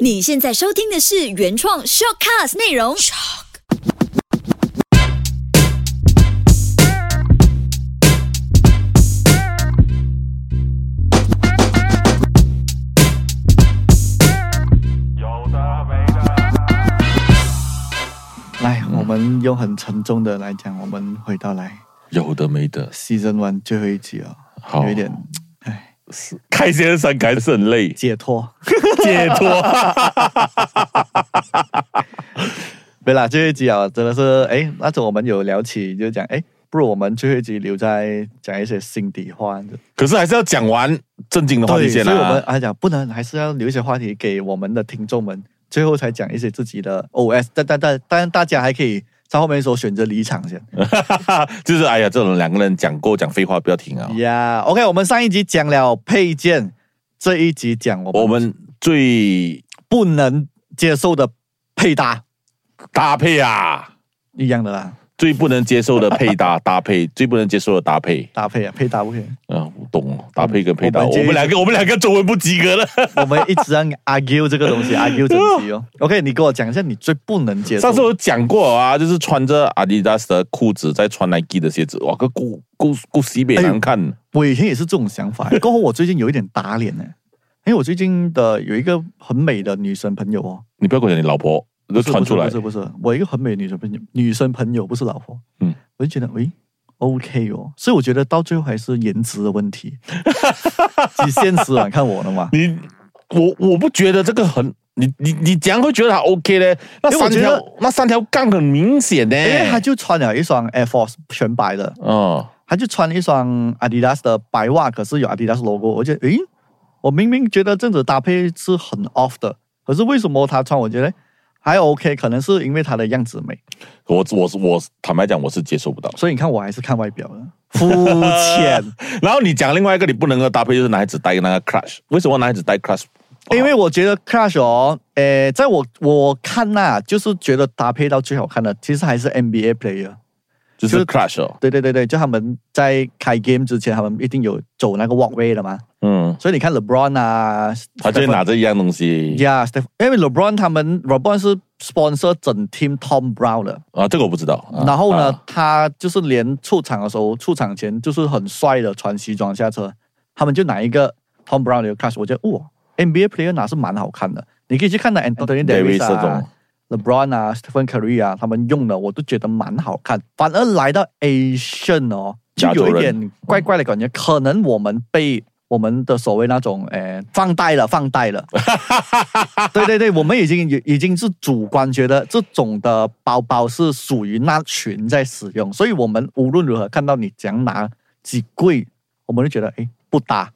你现在收听的是原创 shortcast 内容。有的没的。来，我们用很沉重的来讲，我们回到来有的没的， season one 最后一集哦，好有一点，哎，开心的伤感是很 累，解脱。解脱。对啦，最后一集啊，真的是哎，那时候我们有聊起，就讲哎，不如我们最后一集留在讲一些心底话。可是还是要讲完正经的话题对，先所以我们啦。还讲不能，还是要留一些话题给我们的听众们，最后才讲一些自己的 OS。但但但但大家还可以在后面说选择离场先。 就是哎呀，这种两个人讲过讲废话不要 听啊。呀、o k 我们上一集讲了配件，这一集讲我们我们最不能接受的配搭，搭配啊，一样的啦，最不能接受的配 搭搭配，最不能接受的搭配。搭配啊，配搭不配？嗯，我懂哦，搭配跟配搭，我们我接们两个我们两个中文不及格 了。我们一直在 argue 这个东 西，argue 整集哦。OK，你给我讲一下你最不能接受上的。次我讲过啊，就是穿着 Adidas 的裤子，再穿 Nike 的鞋子，哇，个够够够西北哎呦难看。我以前也是这种想法，过后我最近有一点打脸呢、因为我最近的有一个很美的女生朋友哦，你不要跟我讲你老婆，你不就是穿出来不。是不是，不是我有一个很美的女生朋友，女生朋友不是老婆，嗯，我就觉得喂，OK 哦，所以我觉得到最后还是颜值的 问题，极现实啊，看我了嘛，你我我不觉得这个很，你你你怎样会觉得它 OK 呢？那因为我三觉得条那三条杠很明显呢、因为她就穿了一双 Air Force 全白的，哦，他就穿一双 Adidas 的白袜，可是有 Adidas logo，我觉得，诶，我明明觉得这样子搭配是很 off 的，可是为什么他穿，我觉得还 OK，可能是因为他的样子美，我我我坦白讲，我是接受不到。所以你看，我还是看外表的，肤浅，然后你讲另外一个你不能够搭配，就是男孩子戴那个 crush，为什么男孩子戴 crush？因为我觉得 Crush 哦，诶，在我我看呐、就是觉得搭配到最好看的，其实还是 NBA player。就就是是 crush 哦，对对对对，就他们在开 game 之前，他们一定有走那个 walkway 的嘛，嗯，所以你看 LeBron 啊，他就会 Stephen 拿着一样东西 Yeah, Steph，因为 LeBron 他们 LeBron 是 sponsor 整 team Tom Brown 的，啊，这个我不知道。啊然后呢，啊他就是连出场的时候，出场前就是很帅的穿西装下车，他们就拿一个 Tom Brown 的 crush，我觉得哇，NBA player 拿是蛮好看的，你可以去看到 Anthony Davis Davis 这种啊。LeBron 啊，Stephen Curry 啊，他们用的我都觉得蛮好看，反而来到 Asian 哦，就亚洲有人一点怪怪的感觉。可能我们被我们的所谓那种诶、呃放贷了，放贷了。对对对，我们已经已已经是主观觉得这种的包包是属于那群在使用，所以我们无论如何看到你怎样拿几贵，我们就觉得诶不搭，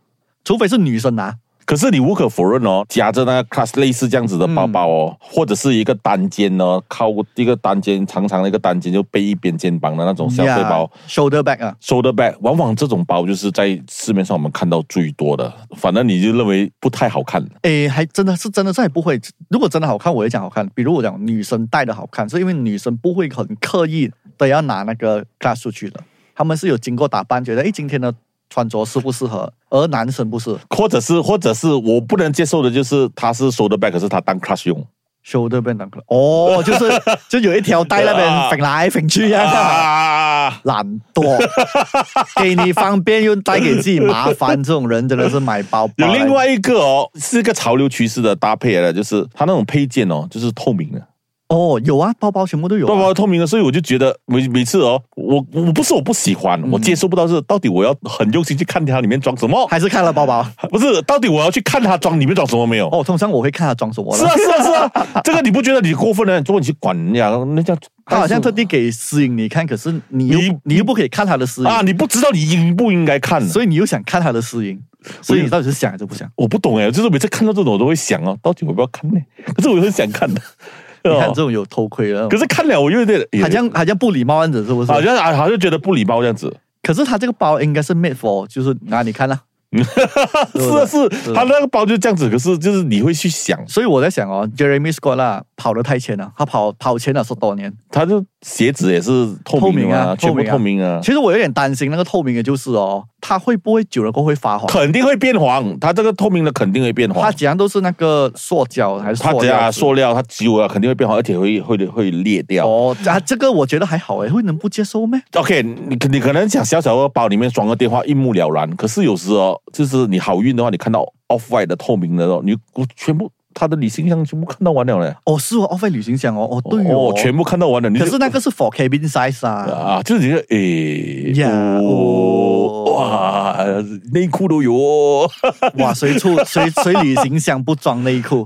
除非是女生拿。可是你无可否认哦，夹着那个 crush 类似这样子的包包哦，或者是一个单肩哦，靠一个单肩长长的一个单肩就背一边肩膀的那哦种小背包。 s h o u l d e r bag 啊， shoulder bag，往往这种包就是在市面上我们看到最多的，反正你就认为不太好看。诶，还真的是真的，再也不会。如果真的好看，我会讲好看。比如我讲女生戴的好看，是因为女生不会很刻意的要拿那个 glass 出去的，他们是有经过打扮，觉得诶今天的穿着适不适合，而男生不是或者是，或者是我不能接受的就是它是 shoulder bag，可是它当 crush 用。 shoulder band 那个哦，就是就有一条带那 边啊粉来粉去一样的。啊，懒惰，给你方便又带给自己麻烦，这种人真的是买包包来。有另外一个哦，是一个潮流趋势的搭配来的，就是它那种配件哦，就是透明的，哦，有啊，包包全部都有、啊。包包透明的，所以我就觉得每每次哦，我我不是我不喜欢，我接受不到是到底我要很用心去看它里面装什么，还是看了包包。不是到底我要去看它装里面装什么没有？哦，通常我会看他装什么了。是啊是啊是 啊，这个你不觉得你过分了？如果你去管人家，人家他好像特地给私影你看，可是你又你你又不可以看他的私影，啊，你不知道你应不应该看，所以所以你又想看他的私影，所以你到底是想还是不想？我不懂哎，就是每次看到这种我都会想哦，到底我要不要看呢？ 可是我又很想 看的，你看哦这种有偷窥了，可是看了我又有点好像好像不礼貌样子，是不是？好像啊好像觉得不礼貌这样子。可是他这个包应该是 made for，就是啊，你看啦、 是不啊是是是，他那个包就这样子，可是就是你会去想，啊所以我在想哦，Jeremy Scott 啦，跑得太前了，他跑跑前了十多年，他就鞋子也是透透明明的啊嘛，全部透透明啊，其实我有点担心那个透明的，就是哦，它会不会久了过后会发黄？肯定会变黄。它这个透明的肯定会变它黄，怎样都是那个塑胶还是它塑只要料纸？塑料它揪啊，肯定会变黄，而且会会会裂掉。哦，啊，这个我觉得还好诶，会能不接受咩？ OK，你可你可能想小小的包里面装个电话一目了然，可是有时哦，就是你好运的话，你看到 off white 的透明的哦，你我全部它的旅行箱全部看到完了嘞。哦，是哦，奥费旅行箱哦，哦，对哦，哦，全部看到完了。你就可是那个是 for cabin size 啊，啊，就是你说，诶、呀哦，哦哇，内裤都有哦。 哇，谁出谁谁旅行箱不装内 裤？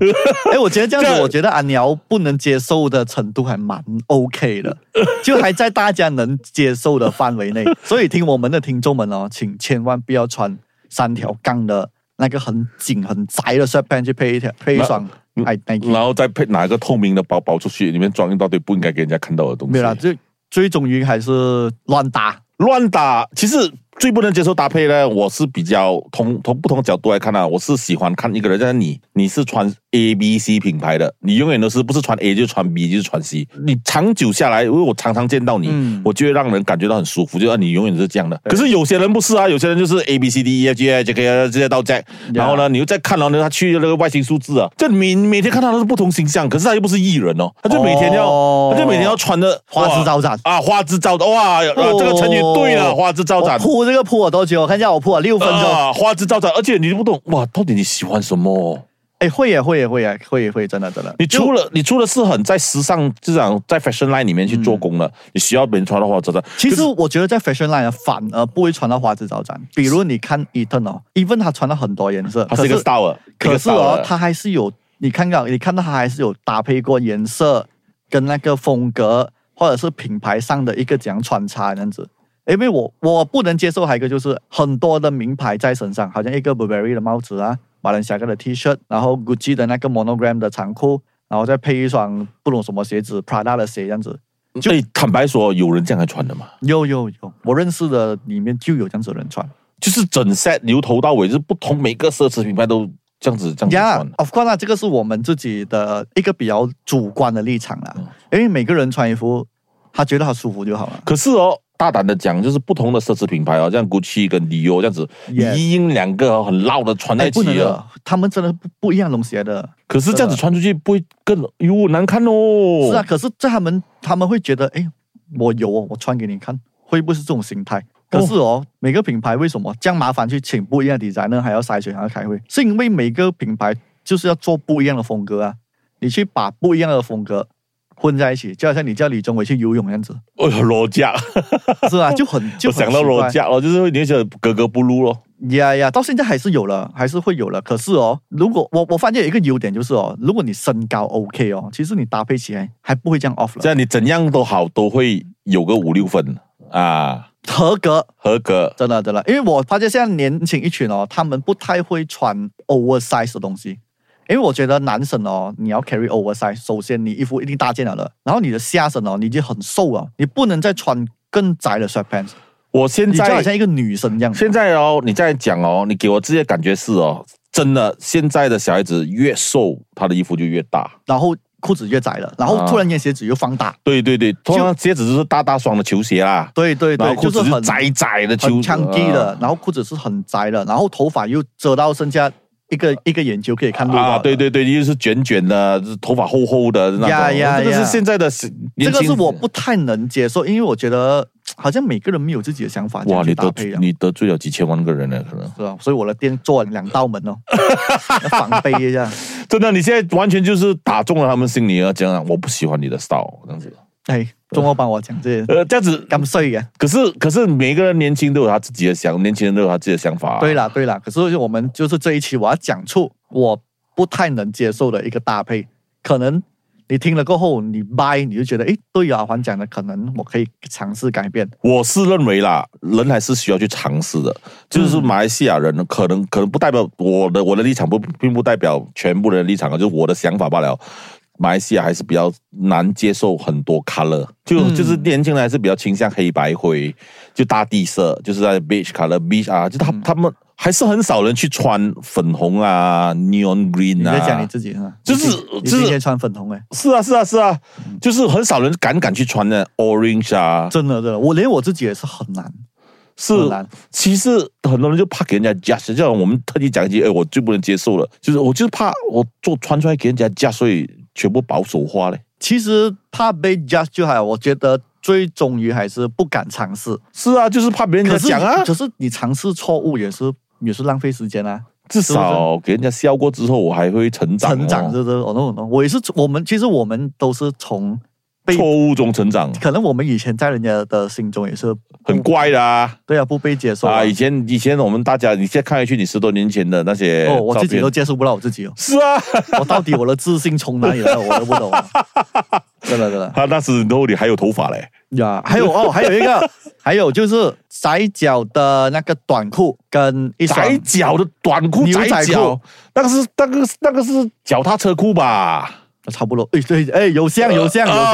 哎，我觉得这样这子，我觉得阿鸟不能接受的程度还蛮 OK 的，就还在大家能接受的范围 内。所以听我们的听众们哦，请千万不要穿三条杠的那个很紧很窄的 shirt pant 去配一条配一双哎 i Nike，然后再配拿一个透明的包包出去，里面装一大堆不应该给人家看到的东西。没有啦，最最终于还是乱搭。乱打，其实最不能接受搭配呢，我是比较从从不同角度来看啊，我是喜欢看一个人，像你，你是穿 A、B、C 品牌的，你永远都是不是穿 A 就穿 B 就是穿 C，你长久下来，因为我常常见到你，嗯我就会让人感觉到很舒服，就让你永远是这样的。对可是有些人不是啊，有些人就是 A、B、C、D、E、F、G、H、K、L 这些到 Z，然后呢，你又再看到呢，他去那个外星数字啊，就每每天看到都是不同形象，可是他又不是艺人哦，他就每天要，哦他就每天要穿的花枝招展啊，花枝招展哇、呃这个成语对了，哦花枝招展我。铺这个铺了多久？我看一下，我铺了六分钟。啊，花枝招展，而且你都不懂哇，到底你喜欢什么？哎、会也会也会也会也会，真的真的。你除了你除了是很在时尚这种在 fashion line 里面去做工了，嗯你需要别人穿的花枝招展。其可实是我觉得在 fashion line 啊反而不会穿到花枝招展。比如你看 Eton 哦，Even 他穿了很多颜色，它是一个 style，啊可是一个 style 哦啊，他还是有你看到你看到他还是有搭配过颜色跟那个风格，或者是品牌上的一个怎样穿插这样子。因为我我不能接受，还有一个就是很多的名牌在身上，好像一个 Burberry 的帽子啊，马来西亚的 T 恤，然后 Gucci 的那个 monogram 的长裤，然后再配一双不懂什么鞋子 Prada 的鞋这样子。就哎，坦白说，有人这样来穿的吗？有有有，我认识的里面就有这样子的人穿。就是整 set 由头到尾，就是不同每个奢侈品牌都这样子这样子呀、穿。 of course 啊，这个是我们自己的一个比较主观的立场啦，因为每个人穿衣服，他觉得他舒服就好了。可是哦，大胆的讲，就是不同的奢侈品牌哦，像 Gucci 跟 Dior 这样子， Yes 一英两个哦很闹的穿在一哎，不能起啊。的，他们真的不不一样东西来的。可是这样子穿出去不会更哟难看哦。是啊，，可是在他们他们会觉得，哎，我有哦，我穿给你看，会不会是这种心态？可是哦，每个品牌为什么这样麻烦去请不一样的 designer，还要筛选，还要开会？是因为每个品牌就是要做不一样的风格啊，你去把不一样的风格混在一起，就好像你叫李宗伟去游泳这样子，哎呦，罗家，是啊，就很就我很想到奇怪罗家了，就是会你会觉得格格不入咯。呀呀，到现在还是有了，还是会有了。可是哦，如果我我发现有一个优点就是哦，如果你身高 OK 哦，其实你搭配起来还不会这样 off 这了，样你怎样都好，都会有个五六分啊，合格。合格。真的真的，因为我发现现在年轻一群哦，他们不太会穿 oversize 的东西，因为我觉得男生哦，你要 carry oversize，首先你衣服一定搭建了的，然后你的下身哦，你已经很瘦了，你不能再穿更窄的 sweat pants，我现你就好在像一个女生一样。现在哦，你在讲哦，你给我这些感觉是哦，真的，现在的小孩子越瘦，他的衣服就越大。然后裤子越窄了，然啊后突然间鞋子又放大，对对对，通常鞋子就是大大双的球鞋啦，对对然对后，裤就是子是很窄窄的球啊很枪击的，然后裤子是很窄的，然后头发又遮到剩下一个一个眼球可以看啊到啊，了对对对，就是卷卷的，就是头发厚厚的那种。呀呀这个是呀现在的年这轻个是我不太能接受，因为我觉得好像每个人没有自己的想法，哇，你搭得配罪啊，你得罪了几千万个人呢，可能是啊，所以我的店做两道 门哦，要防备一下。真的，你现在完全就是打中了他们心里啊，讲啊我不喜欢你的 style 这样子。哎，中国帮我讲这些呃，这样子，咁衰嘅，可是可是每个人年轻都有他自己的想，年轻人都有他自己的想法、啊对，啦对啦。可是我们就是这一期我要讲出我不太能接受的一个搭配，可能你听了过后你 buy 你就觉得，哎，对啊，阿环讲的，可能我可以尝试改变。我是认为啦，人还是需要去尝试的。就是嗯马来西亚人呢，可能可能不代表我的我的立场不，并不代表全部人的立场啊，就是我的想法罢了。马来西亚还是比较难接受很多 color，就、嗯就是年轻人还是比较倾向黑白灰，就大地色，就是在 beige color beige 啊，就他、他们还是很少人去穿粉红啊 neon 你 green 啊。在讲你自己啊？就是你今你就是今天穿粉红哎、是啊是啊是啊，就是很少人敢敢去穿的 orange 啊，真的真的，我连我自己也是很难。是很难其实很多人就怕给人家 judge，就像我们特地讲一句，哎，我最不能接受了，就是我就是怕我做穿出来给人家 judge，所以全部保守化嘞。其实怕被 judge 就还好，我觉得最终于还是不敢尝试。是啊，就是怕别人家可是讲啊，可是你尝试错误也是也是浪费时间啊，至是不是少给人家笑过之后，我还会成长、哦，成长啊是不是？我懂我懂，我也是，我们其实我们都是从被，错误中成长，可能我们以前在人家的心中也是很怪的啊。对啊，不被接受啊啊，以前以前我们大家，你现在看回去，你十多年前的那些哦，我照自己片，都接受不了我自己哦是 啊，我到底我的自信从哪里来，我都不懂 啊。真的真的啊他那时候你还有头发嘞，呀还有哦，还有一个， 还有就是 窄脚的那个短裤跟一双窄脚的短裤，牛仔裤窄脚，那个是那个是那个是脚踏车裤吧？差不多，哎对，哎有呃像有像有像像，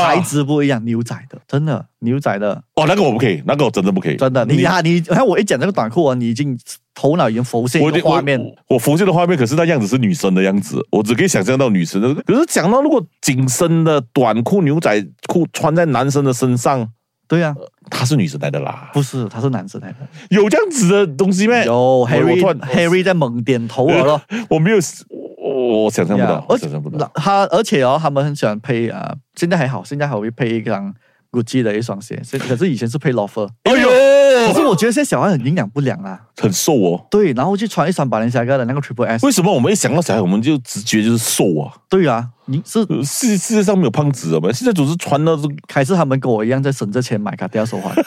材质不一样，牛仔的，真的牛仔的，哦，那个我不可以，那个我真的不可以，真的，你呀你，看我一讲那个短裤啊，你已经头脑已经浮现一我个的画面，我我浮现的画面，可是那样子是女生的样子，我只可以想象到女生的。可是讲到如果紧身的短裤、牛仔裤穿在男生的身上，对呀，他是女生来的啦，不是，他是男生来的，有这样子的东西咩？有我我 Harry 突然 Harry 在猛点头我咯。我没有，哦我我我想象不呀到，我而想且象不到。他而且哦，他们很喜欢配啊、呃现在还好，现在还会配一双 Gucci 的一双鞋，是可是以前是配 Loafer。哎可是呦，我觉得现在小孩很营养不良啊，很瘦哦。对，然后去穿一双百灵峡哥的那个 Triple S，为什么我们一想到小孩，我们就直觉就是瘦啊？对啊，你是呃世世界上没有胖子的啊嘛？现在总是传到这个还是他们跟我一样在省着钱买卡地亚手 环？对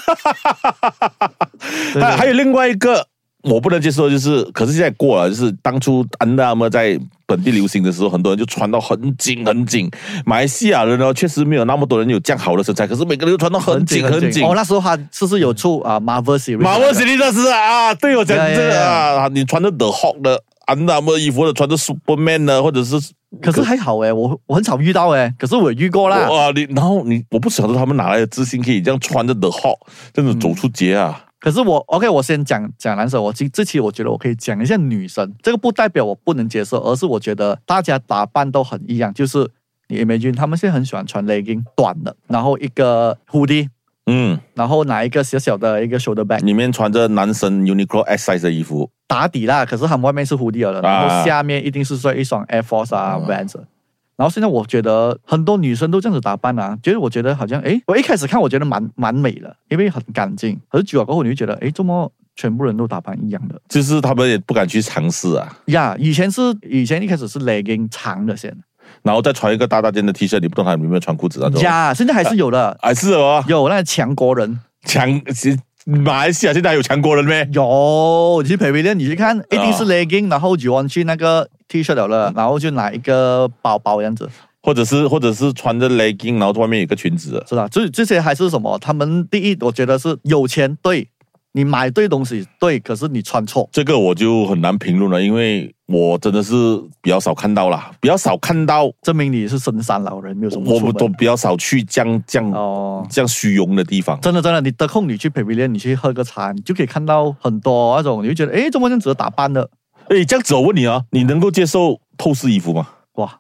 还还对有另外一个我不能接受，的就是可是现在过了，就是当初安娜么在本地流行的时候，很多人就穿到很紧很紧。马来西亚人呢，确实没有那么多人有这样好的身材，可是每个人都穿到很紧很紧哦，。那时候他是不是有出啊 Marvel series？马文斯利那是啊，对我讲 Yeah, yeah, 这个啊，你穿着 The Hulk 的安娜么衣服的，穿着 Superman 的，或者是可是还好诶，我我很少遇到欸诶，可是我有遇过啦。哇，你然后你我不晓得他们哪来的自信，可以这样穿着 The Hulk 这样子走出街啊。可是我 OK，我先讲讲男生，我这这期我觉得我可以讲一下女生，这个不代表我不能接受，而是我觉得大家打扮都很一样，就是你 imagine 他们现在很喜欢穿 legging 短的，然后一个 hoodie，嗯，然后拿一个小小的一个 shoulder bag 里面穿着男生 Uniqlo S size 的衣服，打底啦，可是他们外面是 hoodie 了的，然啊后下面一定是穿一双 Air Force 啊嗯 Vans。然后现在我觉得很多女生都这样子打扮啊，觉得我觉得好像诶，我一开始看我觉得蛮蛮美的，因为很干净。可是久了过后，你会觉得诶，怎么全部人都打扮一样的？就是他们也不敢去尝试啊。呀以前是以前一开始是 legging 长的先，然后再穿一个大大件的 T 恤，你不懂他有没有穿裤子那种。呀现在还是有的，还是哦，有那强国人，强，其实马来西亚现在还有强国人咩？有你去 Pavilion 你去看，一定啊是 legging，、然后 j o 去那个 T 恤了了，然后就拿一个包包这样子，或者是或者是穿着 legging，然后外面有一个裙子。是吧？这这些还是什么？他们第一，我觉得是有钱对。你买对东西对，可是你穿错，这个我就很难评论了，因为我真的是比较少看到啦，比较少看到，证明你是深山老人，没有什么我出们门都比较少去这样这样、哦。这样虚荣的地方。真的真的，你得空你去 Pavilion，你去喝个茶，你就可以看到很多那种，你就觉得诶，怎么这样子的打扮的？哎，这样子我问你啊，你能够接受透视衣服 吗？哇，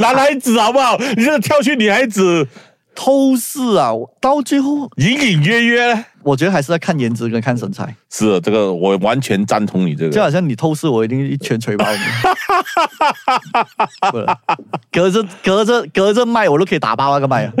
男孩子好不好？你这跳去女孩子，偷视啊，我到最后隐隐约约呢。我觉得还是在看颜值跟看身材，是的这个，我完全赞同你这个。就好像你偷视我，一定一拳锤爆 你。不是，隔着隔着隔着麦，我都可以打爆那 个麦啊。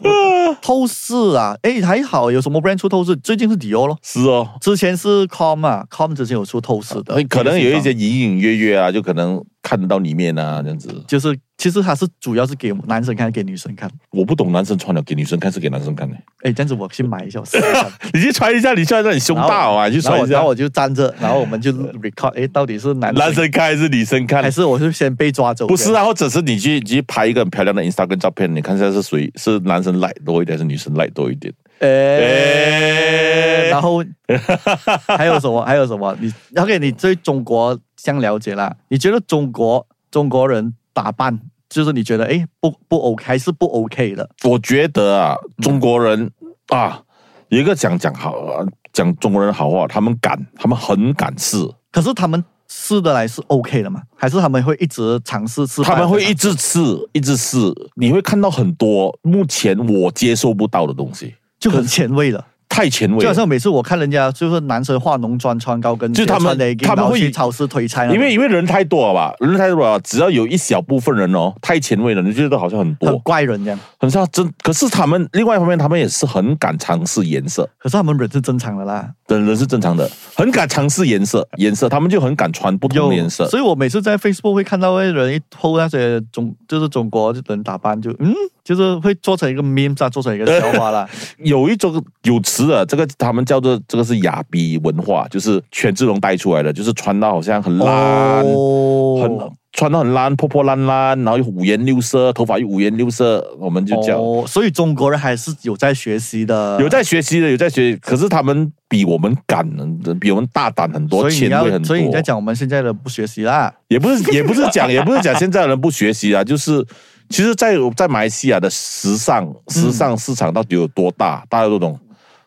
我透视啊，哎还好，有什么 brand 出透视？最近是迪欧咯，是哦，之前是 com 啊，com 之前有出透视的，啊可能有一些隐隐约约啊，就可能看得到里面啊，这样子。就是其实它是主要是给男生看，给女生看。我不懂男生穿了给女生看是给男生看的、哎，这样子我去买一下，我试一 下。你去穿一下，你穿一下，你胸大哦啊，你去穿然后我一然下后。我就站着，然后我 们就 record，哎，到底是男男生看还是女生看还？是我是先被抓走？不是啊，或者是你去你去拍一个很漂亮的 Instagram 照片，你看一下是谁是男生 like 多一点还是女生 like 多一点？诶，诶 然后还有什么？还有什么？你 OK？你对中国相了解啦？你觉得中国中国人打扮，就是你觉得诶不不 OK 还是不 OK 的？我觉得啊，中国人、啊，有一个讲讲好啊讲中国人好话，他们敢，他们很敢试，可是他们试的来是 OK 的嘛？还是他们会一直尝试失败？他们会一直试，一直试，你会看到很多目前我接受不到的东西，就很前卫了。太前卫就好了。像每次我看人家就是男生化浓妆穿高跟鞋，就他们穿雷他然们后会去超市推拆那种，因为因为人太多了吧，人太多了，只要有一小部分人哦，太前卫了，你就觉得好像很多，很怪人这样。很像真。可是他们另外一方面，他们也是很敢尝试颜色，可是他们人是正常的啦，人人是正常的，很敢尝试颜色，颜色他们就很敢穿不同的颜色。所以我每次在 Facebook 会看到人一偷那些中，就是中国人打扮就，嗯，就是会做成一个 meme 啊，做成一个笑话啦。有一种有词啊，这个他们叫做这个是亚比文化，就是权志龙带出来的，就是穿到好像很 烂，很哦，穿到很烂，破破烂烂，然后又五颜六色，头发又五颜六色，我们就叫、哦，所以中国人还是有在学习的，有在学习的，有在学习，可是他们比我们敢，比我们大胆很多，所以前你要卫很，多。所以你在讲我们现在的不学习啦。也不是也不是 讲也不是讲现在的人不学习啊，就是其实在，在马来西亚的时尚嗯时尚市场到底有多大，大家都懂，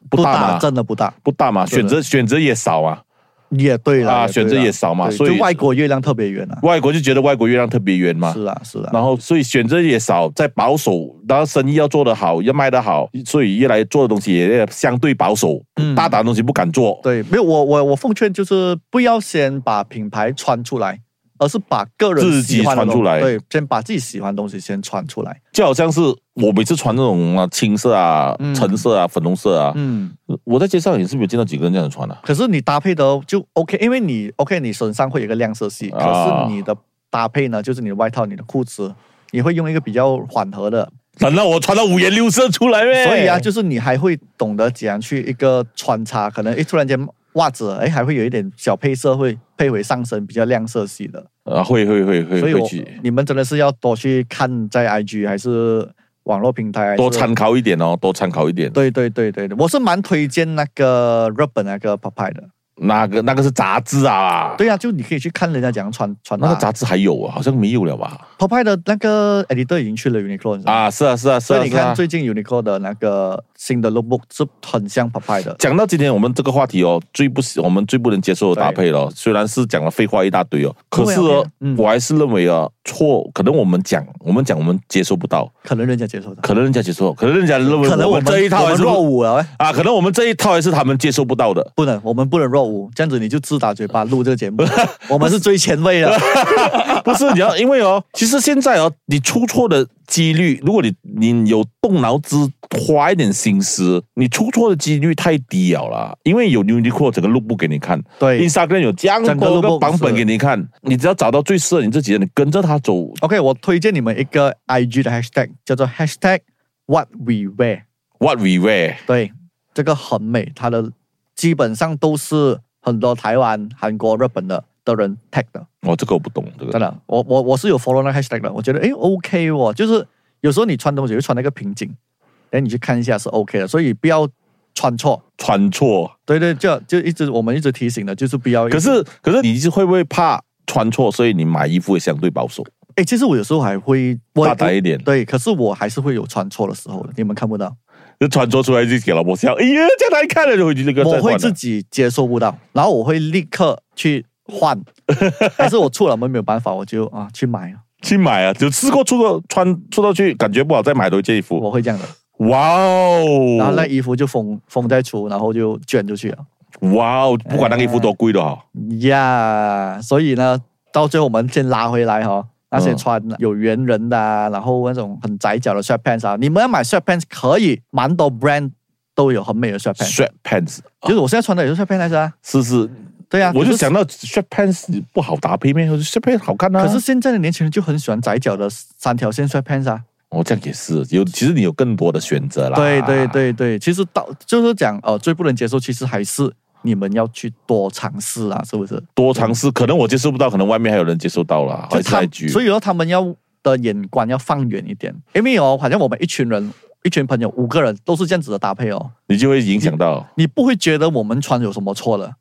不大嘛，真的不大，不大嘛，选择选择也少啊。也对啦，啊对啦选择也少嘛对所以就外国月亮特别圆啊。外国就觉得外国月亮特别圆嘛，是啦，是啦。然后所以选择也少，再保守，然后生意要做得好，要卖得好，所以越来越做的东西也相对保守，嗯大胆的东西不敢做。对，没有我我我奉劝就是不要先把品牌穿出来，而是把个人自己喜欢的穿东出来对，先把自己喜欢的东西先穿出来。就好像是我每次穿那种啊青色啊、嗯橙色啊、粉红色啊，嗯，我在街上也是没有见到几个人这样穿的、啊。可是你搭配的就 OK，因为你 OK，你身上会有一个亮色系，可啊是你的搭配呢，就是你的外套、你的裤子，你会用一个比较缓和的，难道我穿到五颜六色出来呗？嗯所以啊，就是你还会懂得怎样去一个穿插，可能诶突然间袜子诶还会有一点小配色，会配回上身比较亮色系的。啊，会会会会所以会我去你们真的是要多去看在 IG 还是网络平台，还是多参考一点哦，多参考一点。对对对对对，我是蛮推荐那个日本那个 Papai 的。那个那个是杂志啊，对呀、啊，就你可以去看人家怎样穿穿搭。那个杂志还有啊，好像没有了吧？ Papai 的那个 editor 已经去了 Uniqlo 你知道吗，啊，是啊是啊是所以啊你是啊看。最近 Uniqlo 的那个新的 lookbook 是很像 Papai 的。讲到今天我们这个话题哦，最不喜我们最不能接受的搭配了，虽然是讲了废话一大堆哦，可是对啊哦对啊，嗯我还是认为啊，错，可能我们讲我们讲我们接受不到，可能人家接受的，可能人家接受，可能人家认为可能我们们这一套我还们是落伍了，喂啊，可能我们这一套还是他们接受不到 的。不能，我们不能落伍，这样子你就自打嘴巴录这个 节目，我们是最前卫的。不是你要，因为哦，其实现在哦，你出错的几率，如果你你有动脑子，花一点心思，你出错的几率太低了啦。因为有 Uniqlo 整个 lookbook 给你看，对，Instagram 有这样整个多个 lookbook 版本是给你看，你只要找到最适合你自己的，你跟着它走。 OK，我推荐你们一个 IG 的 hashtag，叫做 hashtag What We Wear。 What we wear，对，这个很美，它的基本上都是很多台湾、韩国、日本的的人 tag 的，哦，这个我不懂，这真个的。我我我是有 follow 那个 hashtag 的，我觉得诶 OK 哦，就是有时候你穿东西会穿那个瓶颈，哎，你去看一下是 OK 的，所以不要穿错。穿错。对对，就就一直我们一直提醒的，就是不要一直。可是可是你是会不会怕穿错，所以你买衣服也相对保守，哎，其实我有时候还会我大胆一点，对，可是我还是会有穿错的时候的，你们看不到。就穿错出来就给老婆笑，哎呀，这样难看了，就回去这个再我会换自了。己接受不到，然后我会立刻去 换，但是我出了门没有办法，我就啊去买了，去买啊，就试过出过穿出到去感觉不好，再买多一件衣服。我会这样的。哇哦！然后那衣服就封封在橱，然后就卷出去了。哇哦，不管那个衣服多贵的哈，呀、所以呢，到最后我们先拉回来哈、那些嗯穿有缘人的、啊，然后那种很窄脚的 s h i r t pants 啊，你们要买 s h i r t pants 可以，蛮多 brand 都有很美的 s h i r t pants， sweat pants 就是我现在穿的也是 s h i r t pants 啊。是是，对啊，我可就是想到 sweat pants 不好搭配咩？sweat pants 好看啊。可是现在的年轻人就很喜欢窄脚的三条线 s h i r t pants 啊。哦，这样也是有，其实你有更多的选择啦。对对，对对，其实到就是讲呃，最不能接受，其实还是你们要去多尝试啊，是不是？多尝试，可能我接受不到，可能外面还有人接受到啦，还就他是一句。所以说他们要的眼光要放远一点，因为哦，好像我们一群人，一群朋友五个人都是这样子的搭配哦，你就会影响到。你不会觉得我们穿有什么错的。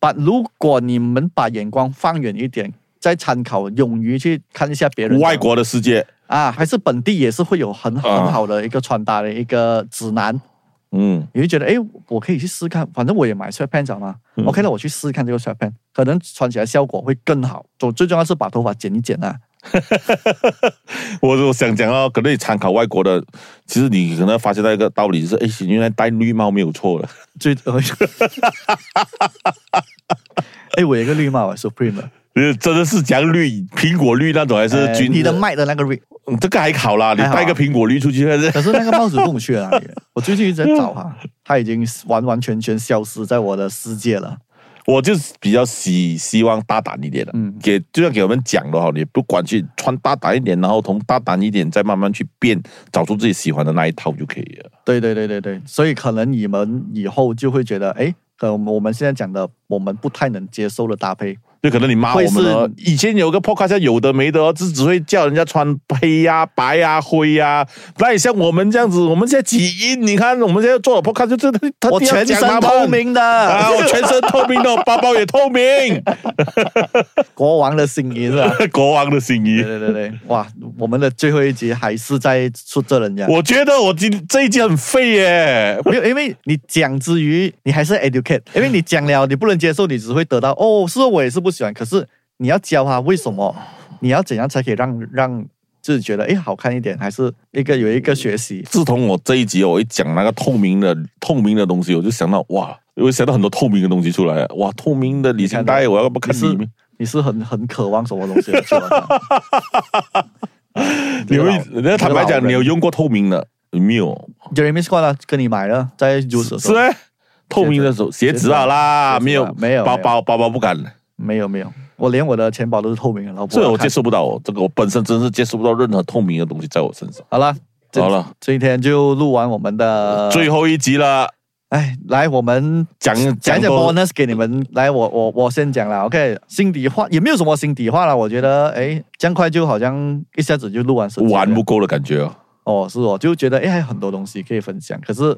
把如果你们把眼光放远一点，再参考，勇于去看一下别人的外国的世界，啊，还是本地也是会有很啊很好的一个穿搭的一个指南，嗯，你会觉得哎，诶我可以去试看，反正我也买 sweatpants 了嘛、嗯 o k 那我去试看这个 sweatpants，可能穿起来效果会更好。总最重要是把头发剪一剪啊，我我想讲哦，可能你参考外国的，其实你可能发现到一个道理，就是哎，原来戴绿帽没有错的。最呃， 哎，我有一个绿帽啊，Supreme，的呃， 真的是讲绿苹果绿那种，还是呃军、你的麦的那个 red，嗯这个还好啦，你还好啊戴个苹果绿出去，还是可是那个帽子不懂去了哪里了？ 我最近一直在找它，它已经完完全全消失在我的世界了。我就是比较希希望大胆一点的，嗯给就像给我们讲的哈，你不管去穿大胆一点，然后从大胆一点再慢慢去变，找出自己喜欢的那一套就可以了。对对对对对，所以可能你们以后就会觉得，哎，可能我们现在讲的我们不太能接受的搭配，就可能你骂会我是们哦，以前有个 podcast 叫有的没的哦，只只会叫人家穿黑呀、白呀、灰呀、那你像我们这样子，我们现在起因，你看我们现在做的 podcast 就是他我全身透明啊，的，我全身透明的，我包包也透明， 国王的新衣是吧？国王的新衣 对。对对对，哇，我们的最后一集还是在说这人家。我觉得我今这一集很废耶，没有，因为你讲之余，你还是 educate，因为你讲了，你不能接受，你只会得到哦，是哦我也是不喜欢。可是你要教他为什么，你要怎样才可以让让自己觉得哎好看一点，还是一个有一个学习。自从我这一集哦我一讲那个透明的透明的东西，我就想到哇，我想到很多透明的东西出来了。哇，透明的旅行你看袋，到我要不看你是里面？你是很很渴望什么东西的？是吧 啊你们那坦白这个老讲，人你有用过透明的没有？ Jeremy Scott 啊，跟你买了，在 Juice 的时是啊候吗？透明的手鞋鞋子子啊啦，鞋子啊没有没有包没有包包包不敢，没有没有，我连我的钱包都是透明的，老婆。这我接受不到哦，这个我本身真是接受不到任何透明的东西在我身上。好了，这好了，今天就录完我们的最后一集了，哎，来，我们讲讲讲一讲 bonus 给你们。来，我我我先讲了，OK，心底话也没有什么心底话了。我觉得，哎，这样快就好像一下子就录完时间了玩不够的感觉哦。哦，是哦，就觉得哎，还有很多东西可以分享。可是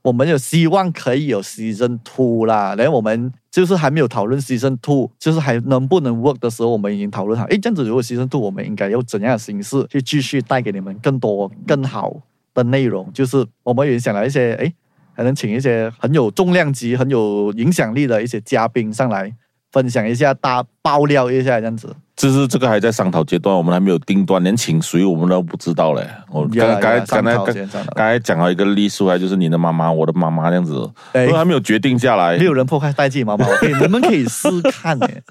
我们有希望可以有 season two 啦，然后我们就是还没有讨论 season two，就是还能不能 work 的时候，我们已经讨论好。哎，这样子如果 season two，我们应该用怎样的形式去继续带给你们更多更好的内容？就是我们也想了一些哎，还能请一些很有重量级、很有影响力的一些嘉宾上来分享一下，大爆料一下这样子。就是这个还在商讨阶段，我们还没有定断，连请谁我们都不知道嘞。我呀刚呀刚才商刚才讨刚先商讨刚才讲到一个例数啊，就是你的妈妈，我的妈妈这样子，哎都还没有决定下来没。有人破坏带自己毛毛，可以，你们可以试看哎、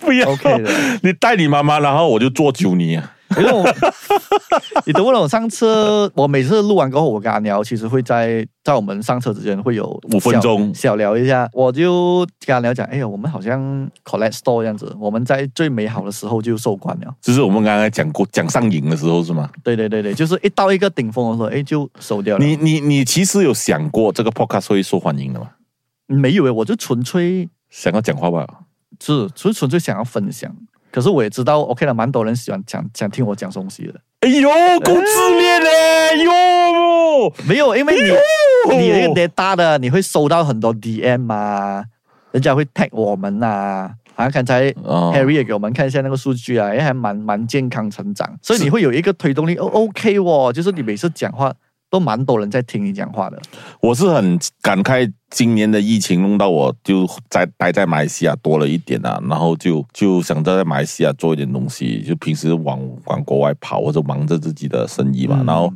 不要 OK 的你带你妈妈，然后我就做酒泥啊。因为我， 你懂不懂？上车我每次录完过后，我跟阿鸟其实会在在我们上车之前会有五分钟小小聊一下。我就跟阿鸟讲，哎呀，我们好像 collect store 这样子，我们在最美好的时候就收官了。就是我们刚才讲过讲上瘾的时候是吗？对对对对，就是一到一个顶峰的时候，哎，就收掉了。你你你其实有想过这个 podcast 会受欢迎的吗？没有哎，我就纯粹想要讲话吧？是纯纯粹想要分享。可是我也知道，OK 了，蛮多人喜欢讲想听我讲东西的。哎呦，够自恋嘞！哟，没有，因为你、哎呦哎你那个 data 的，你会收到很多 DM 啊，人家会 tag 我们啊。好像刚才哦 Harry 也给我们看一下那个数据啊，也还蛮蛮健康成长，所以你会有一个推动力。哦，OK 哦，就是你每次讲话都蛮多人在听你讲话的。我是很感慨，今年的疫情弄到我就在待在马来西亚多了一点啊，然后就就想着在马来西亚做一点东西，就平时往往国外跑或者忙着自己的生意嘛。嗯然后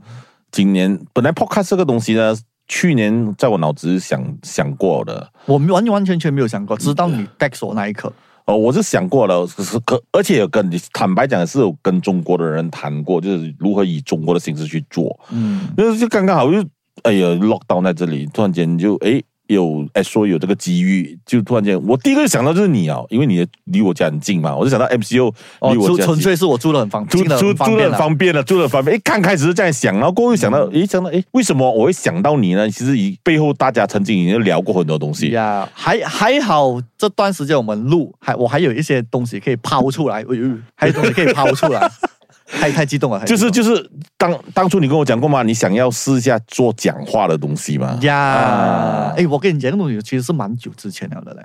今年本来 podcast 这个东西呢，去年在我脑子里想想过的，我完完全全没有想嗯过，直到你 tag 我那一刻，哦，我是想过了，可是可而且有跟你坦白讲是有跟中国的人谈过，就是如何以中国的形式去做。嗯，那就刚刚好就哎呀 lock down 在这里，突然间就哎有哎说有这个机遇，就突然间我第一个想到就是你啊，因为你离我家很近嘛，我就想到 MCO 哦，离我就家纯很近。粹是我住的很方，住进得住很方住的便很啊了。方便了，住的方便。哎，刚开始是这样想，然后过后又想到，哎、想到，哎，为什么我会想到你呢？其实以背后大家曾经已经聊过很多东西。呀还还好，这 段时间我们录，还我还有一些东西可以抛出来，哎呦，还有东西可以抛出来。太太激动了，太就是激就是当当初你跟我讲过嘛，你想要试一下做讲话的东西嘛动。呀啊，哎，我跟你讲，那个东西其实是蛮久之前了的嘞。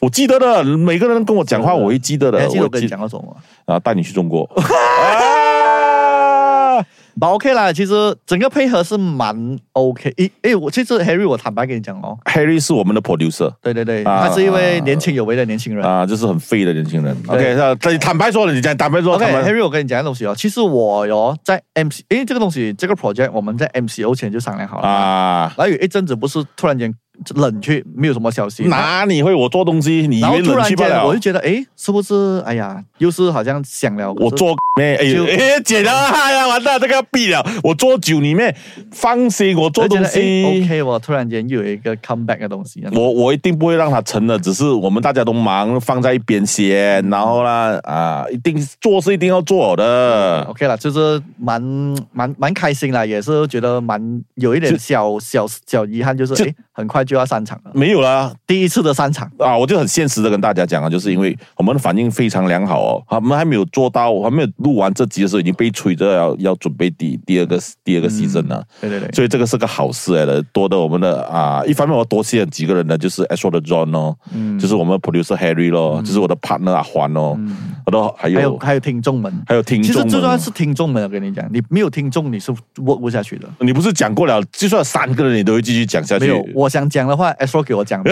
我记得的，每个人跟我讲话，真的我会记得啊你的。还记得我会跟你讲过什么吗？啊，带你去中国。 啊蛮 OK 啦，其实整个配合是蛮 OK。诶诶，我其实 Harry，我坦白跟你讲哦， Harry 是我们的 producer 对对对，啊他是一位年轻有为的年轻人。啊，就是很废的年轻人。对 OK，那这坦白说了，你讲坦白说，他们 OK，Harry，、我跟你讲一个东西哦，其实我有在 MC，因为这个东西这个 project 我们在 MCO 前就商量好了，啊，然后有一阵子不是突然间冷却，没有什么消息，哪里会我做东西？你以然后为突冷然去不间了我就？觉得，诶，是不是？哎呀，又是好像想了，我可是做妹，哎呦，就哎，姐的，哎呀，完蛋，这个要毙了。我做酒里面，放心，我做我觉东得诶西， OK，我突然间又有一个 comeback 的东西，啊我我一定不会让它沉的。只是我们大家都忙，放在一边先，然后啦，啊，一定做是一定要做的。 OK 啦，就是蛮蛮蛮开心啦，也是觉得蛮有一点就小小小遗憾，就是就诶，很快就要散场了，没有啦，第一次的散场，啊，我就很现实的跟大家讲啊，就是因为我们的反应非常良好哦，我们还没有做到，还没有录完这集的时候，已经被催着要要准备第第二个第二个 season 了。对对对。所以这个是个好事哎来的，多的我们的啊，一方面我多谢几个人呢，就是 S 说的 John 哦，嗯就是我们 producer Harry 咯，就是我的 partner 阿欢哦，我都还有还还有有还有听众们，听其众啊实们最重要是听众们，我跟你讲，你没有听众你是 work 不下去的。你不是讲过了，就算有三个人你都会继续讲下去。没有，我想讲的话 a s r o 给我 讲的。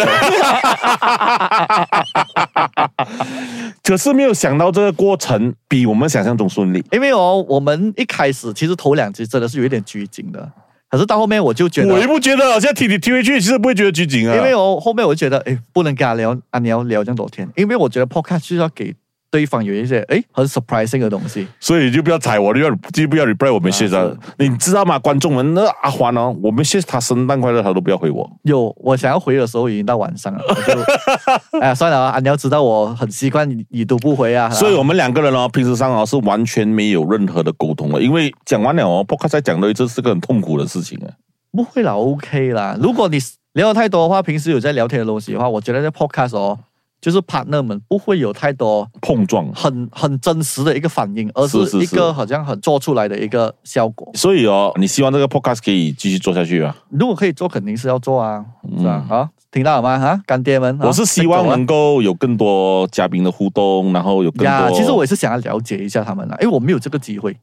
可是没有想到这个过程比我们想象中顺利。因为哦，我们一开始其实头两集真的是有一点拘谨的，可是到后面我就觉得我也，不觉得，现在听你听回去，其实不会觉得拘谨啊。因为哦后面我就觉得，哎，不能跟他聊啊，你要聊这样多天，因为我觉得 podcast 就是要给对方有一些哎很 surprising 的东西。所以你就不要踩我，你就就不要 reply 我们现在、啊是你知道吗？观众们，那阿欢哦，我们现在他圣诞快乐，他都不要回我。有我想要回的时候已经到晚上了，我就 哎呀算了啊，啊你要知道我很习惯已已读不回啊。所以我们两个人哦，平时上哦是完全没有任何的沟通了，因为讲完了哦 p o d c a 讲的这是个很痛苦的事情啊。不会啦，OK 啦。如果你聊得太多的话，平时有在聊天的东西的话，我觉得在 podcast 哦，就是 partner 们不会有太多碰撞。很很真实的一个反应，而是是是一是个好像很做出来的一个效果。所以哦，你希望这个 podcast 可以继续做下去啊？如果可以做，肯定是要做啊，是吧？啊，听到了吗？啊，干爹们，啊嗯我是希望先走啊能够有更多嘉宾的互动，然后有更呀多，其实我也是想要了解一下他们啊啦，因为我没有这个机会。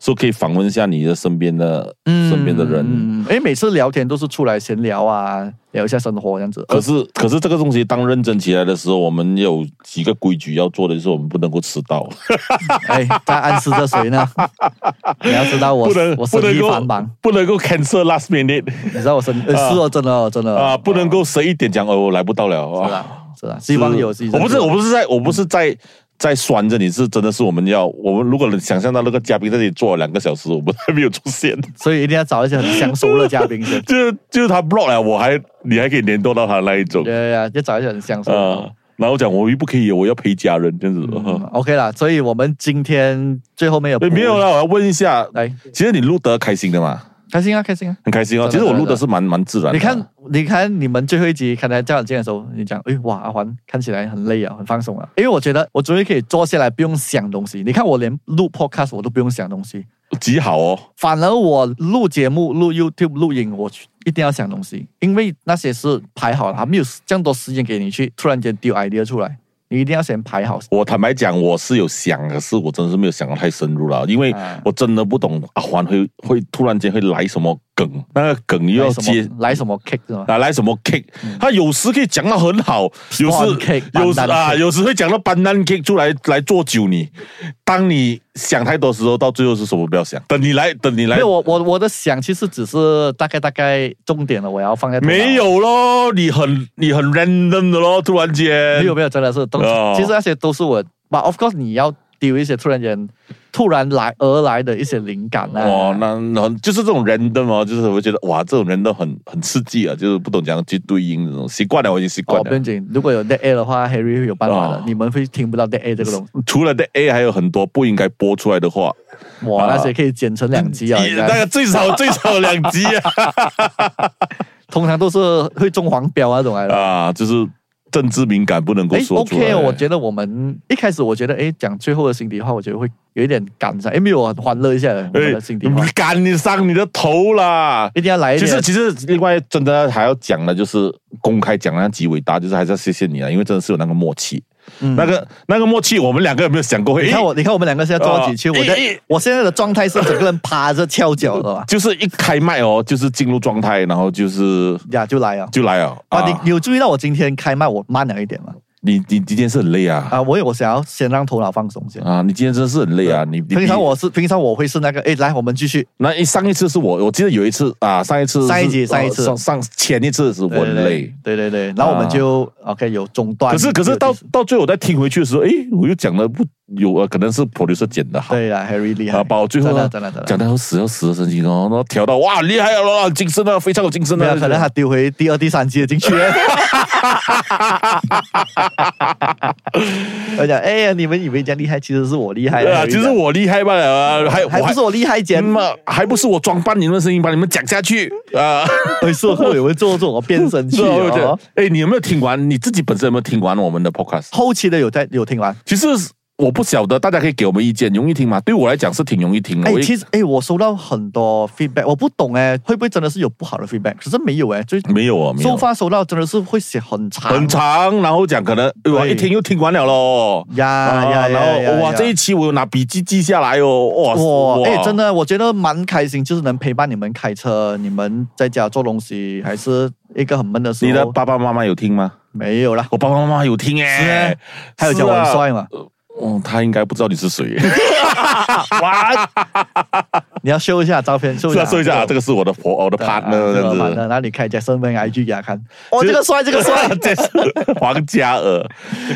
说可以访问一下你的身边的、身边的人。嗯，哎，每次聊天都是出来闲聊啊，聊一下生活这样子。可是，可是这个东西当认真起来的时候，我们有几个规矩要做的，就是我们不能够迟到， 哎，在暗示着谁呢？你要知道我 不能我不生能意够繁忙，不能够 cancel last minute 你知道我生呃啊是哦，真的哦真的啊，不能够十一点讲哦，我来不到了是啊。啦是啦，希望有是我不是，我不是在，我不是在在拴着你，是真的是我们要，我们如果能想象到那个嘉宾在这里坐了两个小时，我们还没有出现，。所以一定要找一些很相熟的嘉宾先 就是就是他 block 了，我还你还可以联络到他那一种对对对，要找一些很相熟的。啊。然后讲我又不可以，我要陪家人这样子。哦嗯 OK 啦，所以我们今天最后面有哎哎，没有了，了，我要问一下，来其实你录得开心的嘛？开心啊开心啊！很开心哦。真其的实我录真的的是蛮蛮自然的。啊你看，你看，你们最后一集看台家长见的时候，你讲，哎，哇，阿环看起来很累啊，很放松啊。因为我觉得我终于可以坐下来，不用想东西。你看我连录 podcast 我都不用想东西，极好哦，反而我录节目、录 YouTube、录影，我一定要想东西，因为那些是排好了，还没有这样多时间给你去突然间丢 idea 出来，你一定要先排好。我坦白讲，我是有想，可是我真的是没有想到太深入了，因为啊我真的不懂阿欢会会突然间会来什么梗，那个梗又要来什接么嗯来什么 kick 是吗？啊来什么 kick，、他有时可以讲到很好，有 Spawn 时 cake，有时 banana 啊 cake 有时会讲到 banana kick 出来来做酒你。当你想太多的时候，到最后是什么不要想，等你来等你来没有，。我我我的想其实只是大概大概重点了，我要放在头脑没有咯，你很你很 random 的咯，突然间没有没有，真的是都、哦其实那些都是我，but of course 你要丢一些突然间突然来而来的一些灵感啊。哇，那那就是这种人的嘛，就是我觉得哇，这种人都很很刺激啊，就是不懂怎样去对应这种习惯了，我已经习惯哦，不了用。紧，如果有 dead air 的话，Harry 会有办法的，哦你们会听不到 dead air 这个东西。除了的 A，还有很多不应该播出来的话，哇，啊那些可以剪成两集 啊，也应大该概最少最少两集啊，通常都是会中黄标啊那种来的。啊，就是政治敏感不能够哎说出来。 ，OK，我觉得我们一开始我觉得哎讲最后的心底话，我觉得会有一点感伤，因为我很欢乐一下我们的心底话，干你伤你的头啦！一定要来一哎嗯其点。实，其实，另外真的还要讲的，就是公开讲那极伟大，就是还是要谢谢你啊，因为真的是有那个默契，嗯那个那个默契，我们两个有没有想过？你诶看我，你看我们两个现在做到几区？哦我一在一？我现在的状态是整个人趴着翘脚的吧就是一开麦哦，就是进入状态，然后就是呀，就来啊！就来了啊，你啊你有注意到我今天开麦我慢了一点吗？你你今天是很累啊啊，我有我想要先让头脑放松先。啊！你今天真的是很累啊！你你平常我是平常我会是那个，哎，来我们继续。那一上一次是我，我记得有一次啊，上一次是上一集呃上一次上上前一次是我对很累。，啊对对对对，然后我们就 OK 有中断。可是可是有到意思到最后我再听回去的时候，诶，我又讲的不有呃，可能是 producer 剪的好对了，Harry 厉害啊，，把我最后真的呢真的真的讲到死要死的神情哦，然后调到哇厉害了，很精深啊，非常有精深没啊有，，可能他丢回第二、第三季的进 去。我讲，哎呀，你们以为这样厉害，其实是我厉害对啊，其实我厉害罢了啊，还还我不是我厉害姐那么还不是我装扮你们的声音把你们讲下去嗯 啊？回社会有人做这种变 声器是啊，我觉得哦。哎，你有没有听完？你自己本身有没有听完我们的 podcast？后期的有在有听完，其实我不晓得，大家可以给我们意见，容易听吗？对我来讲是挺容易听的。哎我，一其实哎，我收到很多 feedback，我不懂哎，会不会真的是有不好的 feedback？可是没有哎，最没有啊，没收有。发收到真的是会写很长，很长，然后讲可能哎哇，对一听又听完了咯。啊呀哎啊呀呀然后呀哇，呀这一期我有拿笔记记下来哦，哇哇，哎，真的的，我觉得蛮开心，就是能陪伴你们开车，你们在家做东西，还是一个很闷的时候。你的爸爸妈妈有听吗？没有啦，我爸爸妈妈有听哎咩，还有讲我很是啊。帅嘛？哦，他应该不知道你是 谁， 你要秀一下照片，秀一是啊，下，说一下啊，这个个是我的婆，我的啊 partner 这这样个子版。的，然后你开 Jackson Wang IG 给他看，哦，就这个帅，这个帅， 这是黄嘉尔。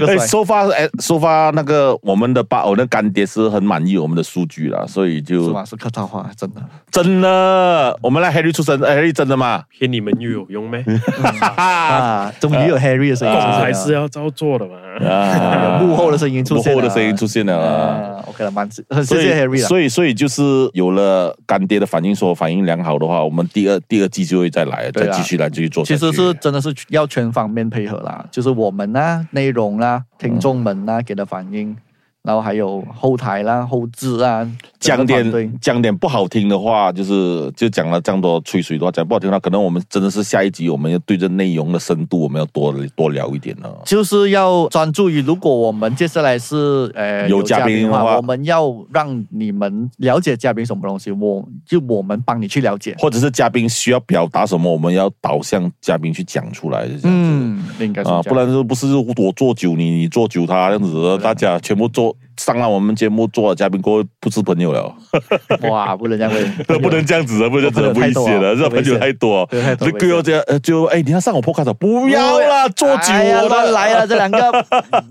个帅哎，收发哎，收发那个我们的爸，我的干爹是很满意我们的数据啦，所以是就吗？是客套话，真的。真的，我们来 Harry 出生哎，Harry 真的吗？骗你们又有 用咩？ 哈哈啊，终于有 Harry 的声音出现总哦了，裁是要照做的嘛。 啊有幕后的声音出现了幕后的声音出现了啊。啊，OK 了，蛮谢谢所以谢 Harry 了。所以所以就是有了干爹的反应，说反应良好的话，我们第二第二季就会再来，对再啊继续来继续做下其去。实是真的是要全方面配合啦，就是我们啦、内容啦、听众们啦、给的反应，然后还有后台啦、后置啊，讲对点讲点不好听的话，就是就讲了这样多吹水的话，讲不好听的话，可能我们真的是下一集我们要对这内容的深度，我们要多多聊一点呢。就是要专注于，如果我们接下来是呃有嘉嘉宾的的话我们要让你们了解嘉宾什么东西，我就我们帮你去了解。或者是嘉宾需要表达什么，我们要导向嘉宾去讲出来，就这样子。嗯，应该是啊，这不样然就不是我做酒你，你做酒他这样子，大家全部做上了我们节目做了嘉宾过后不是朋友了，哇， 不能这样这问，不能这样子啊的，不能这样子危险了，这朋朋友友太太多，对太多这个要这样，呃就哎，你要上我 podcast 啊不要啦，做酒哎呀乱的来了，这 两个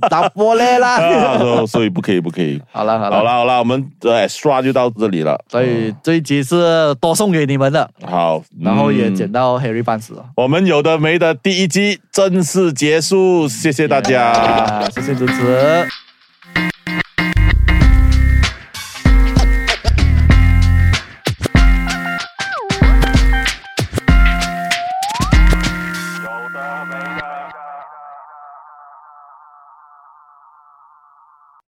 打波嘞啊，啦。所所以不可以，不可以。好了好了好。啦好啦，我们的 extra 就到这里了。嗯所以这一集是多送给你们的，好，然后也捡嗯到 Harry 半死了。我们有的没的第一集正式结束，谢谢大家。啊，谢谢支持。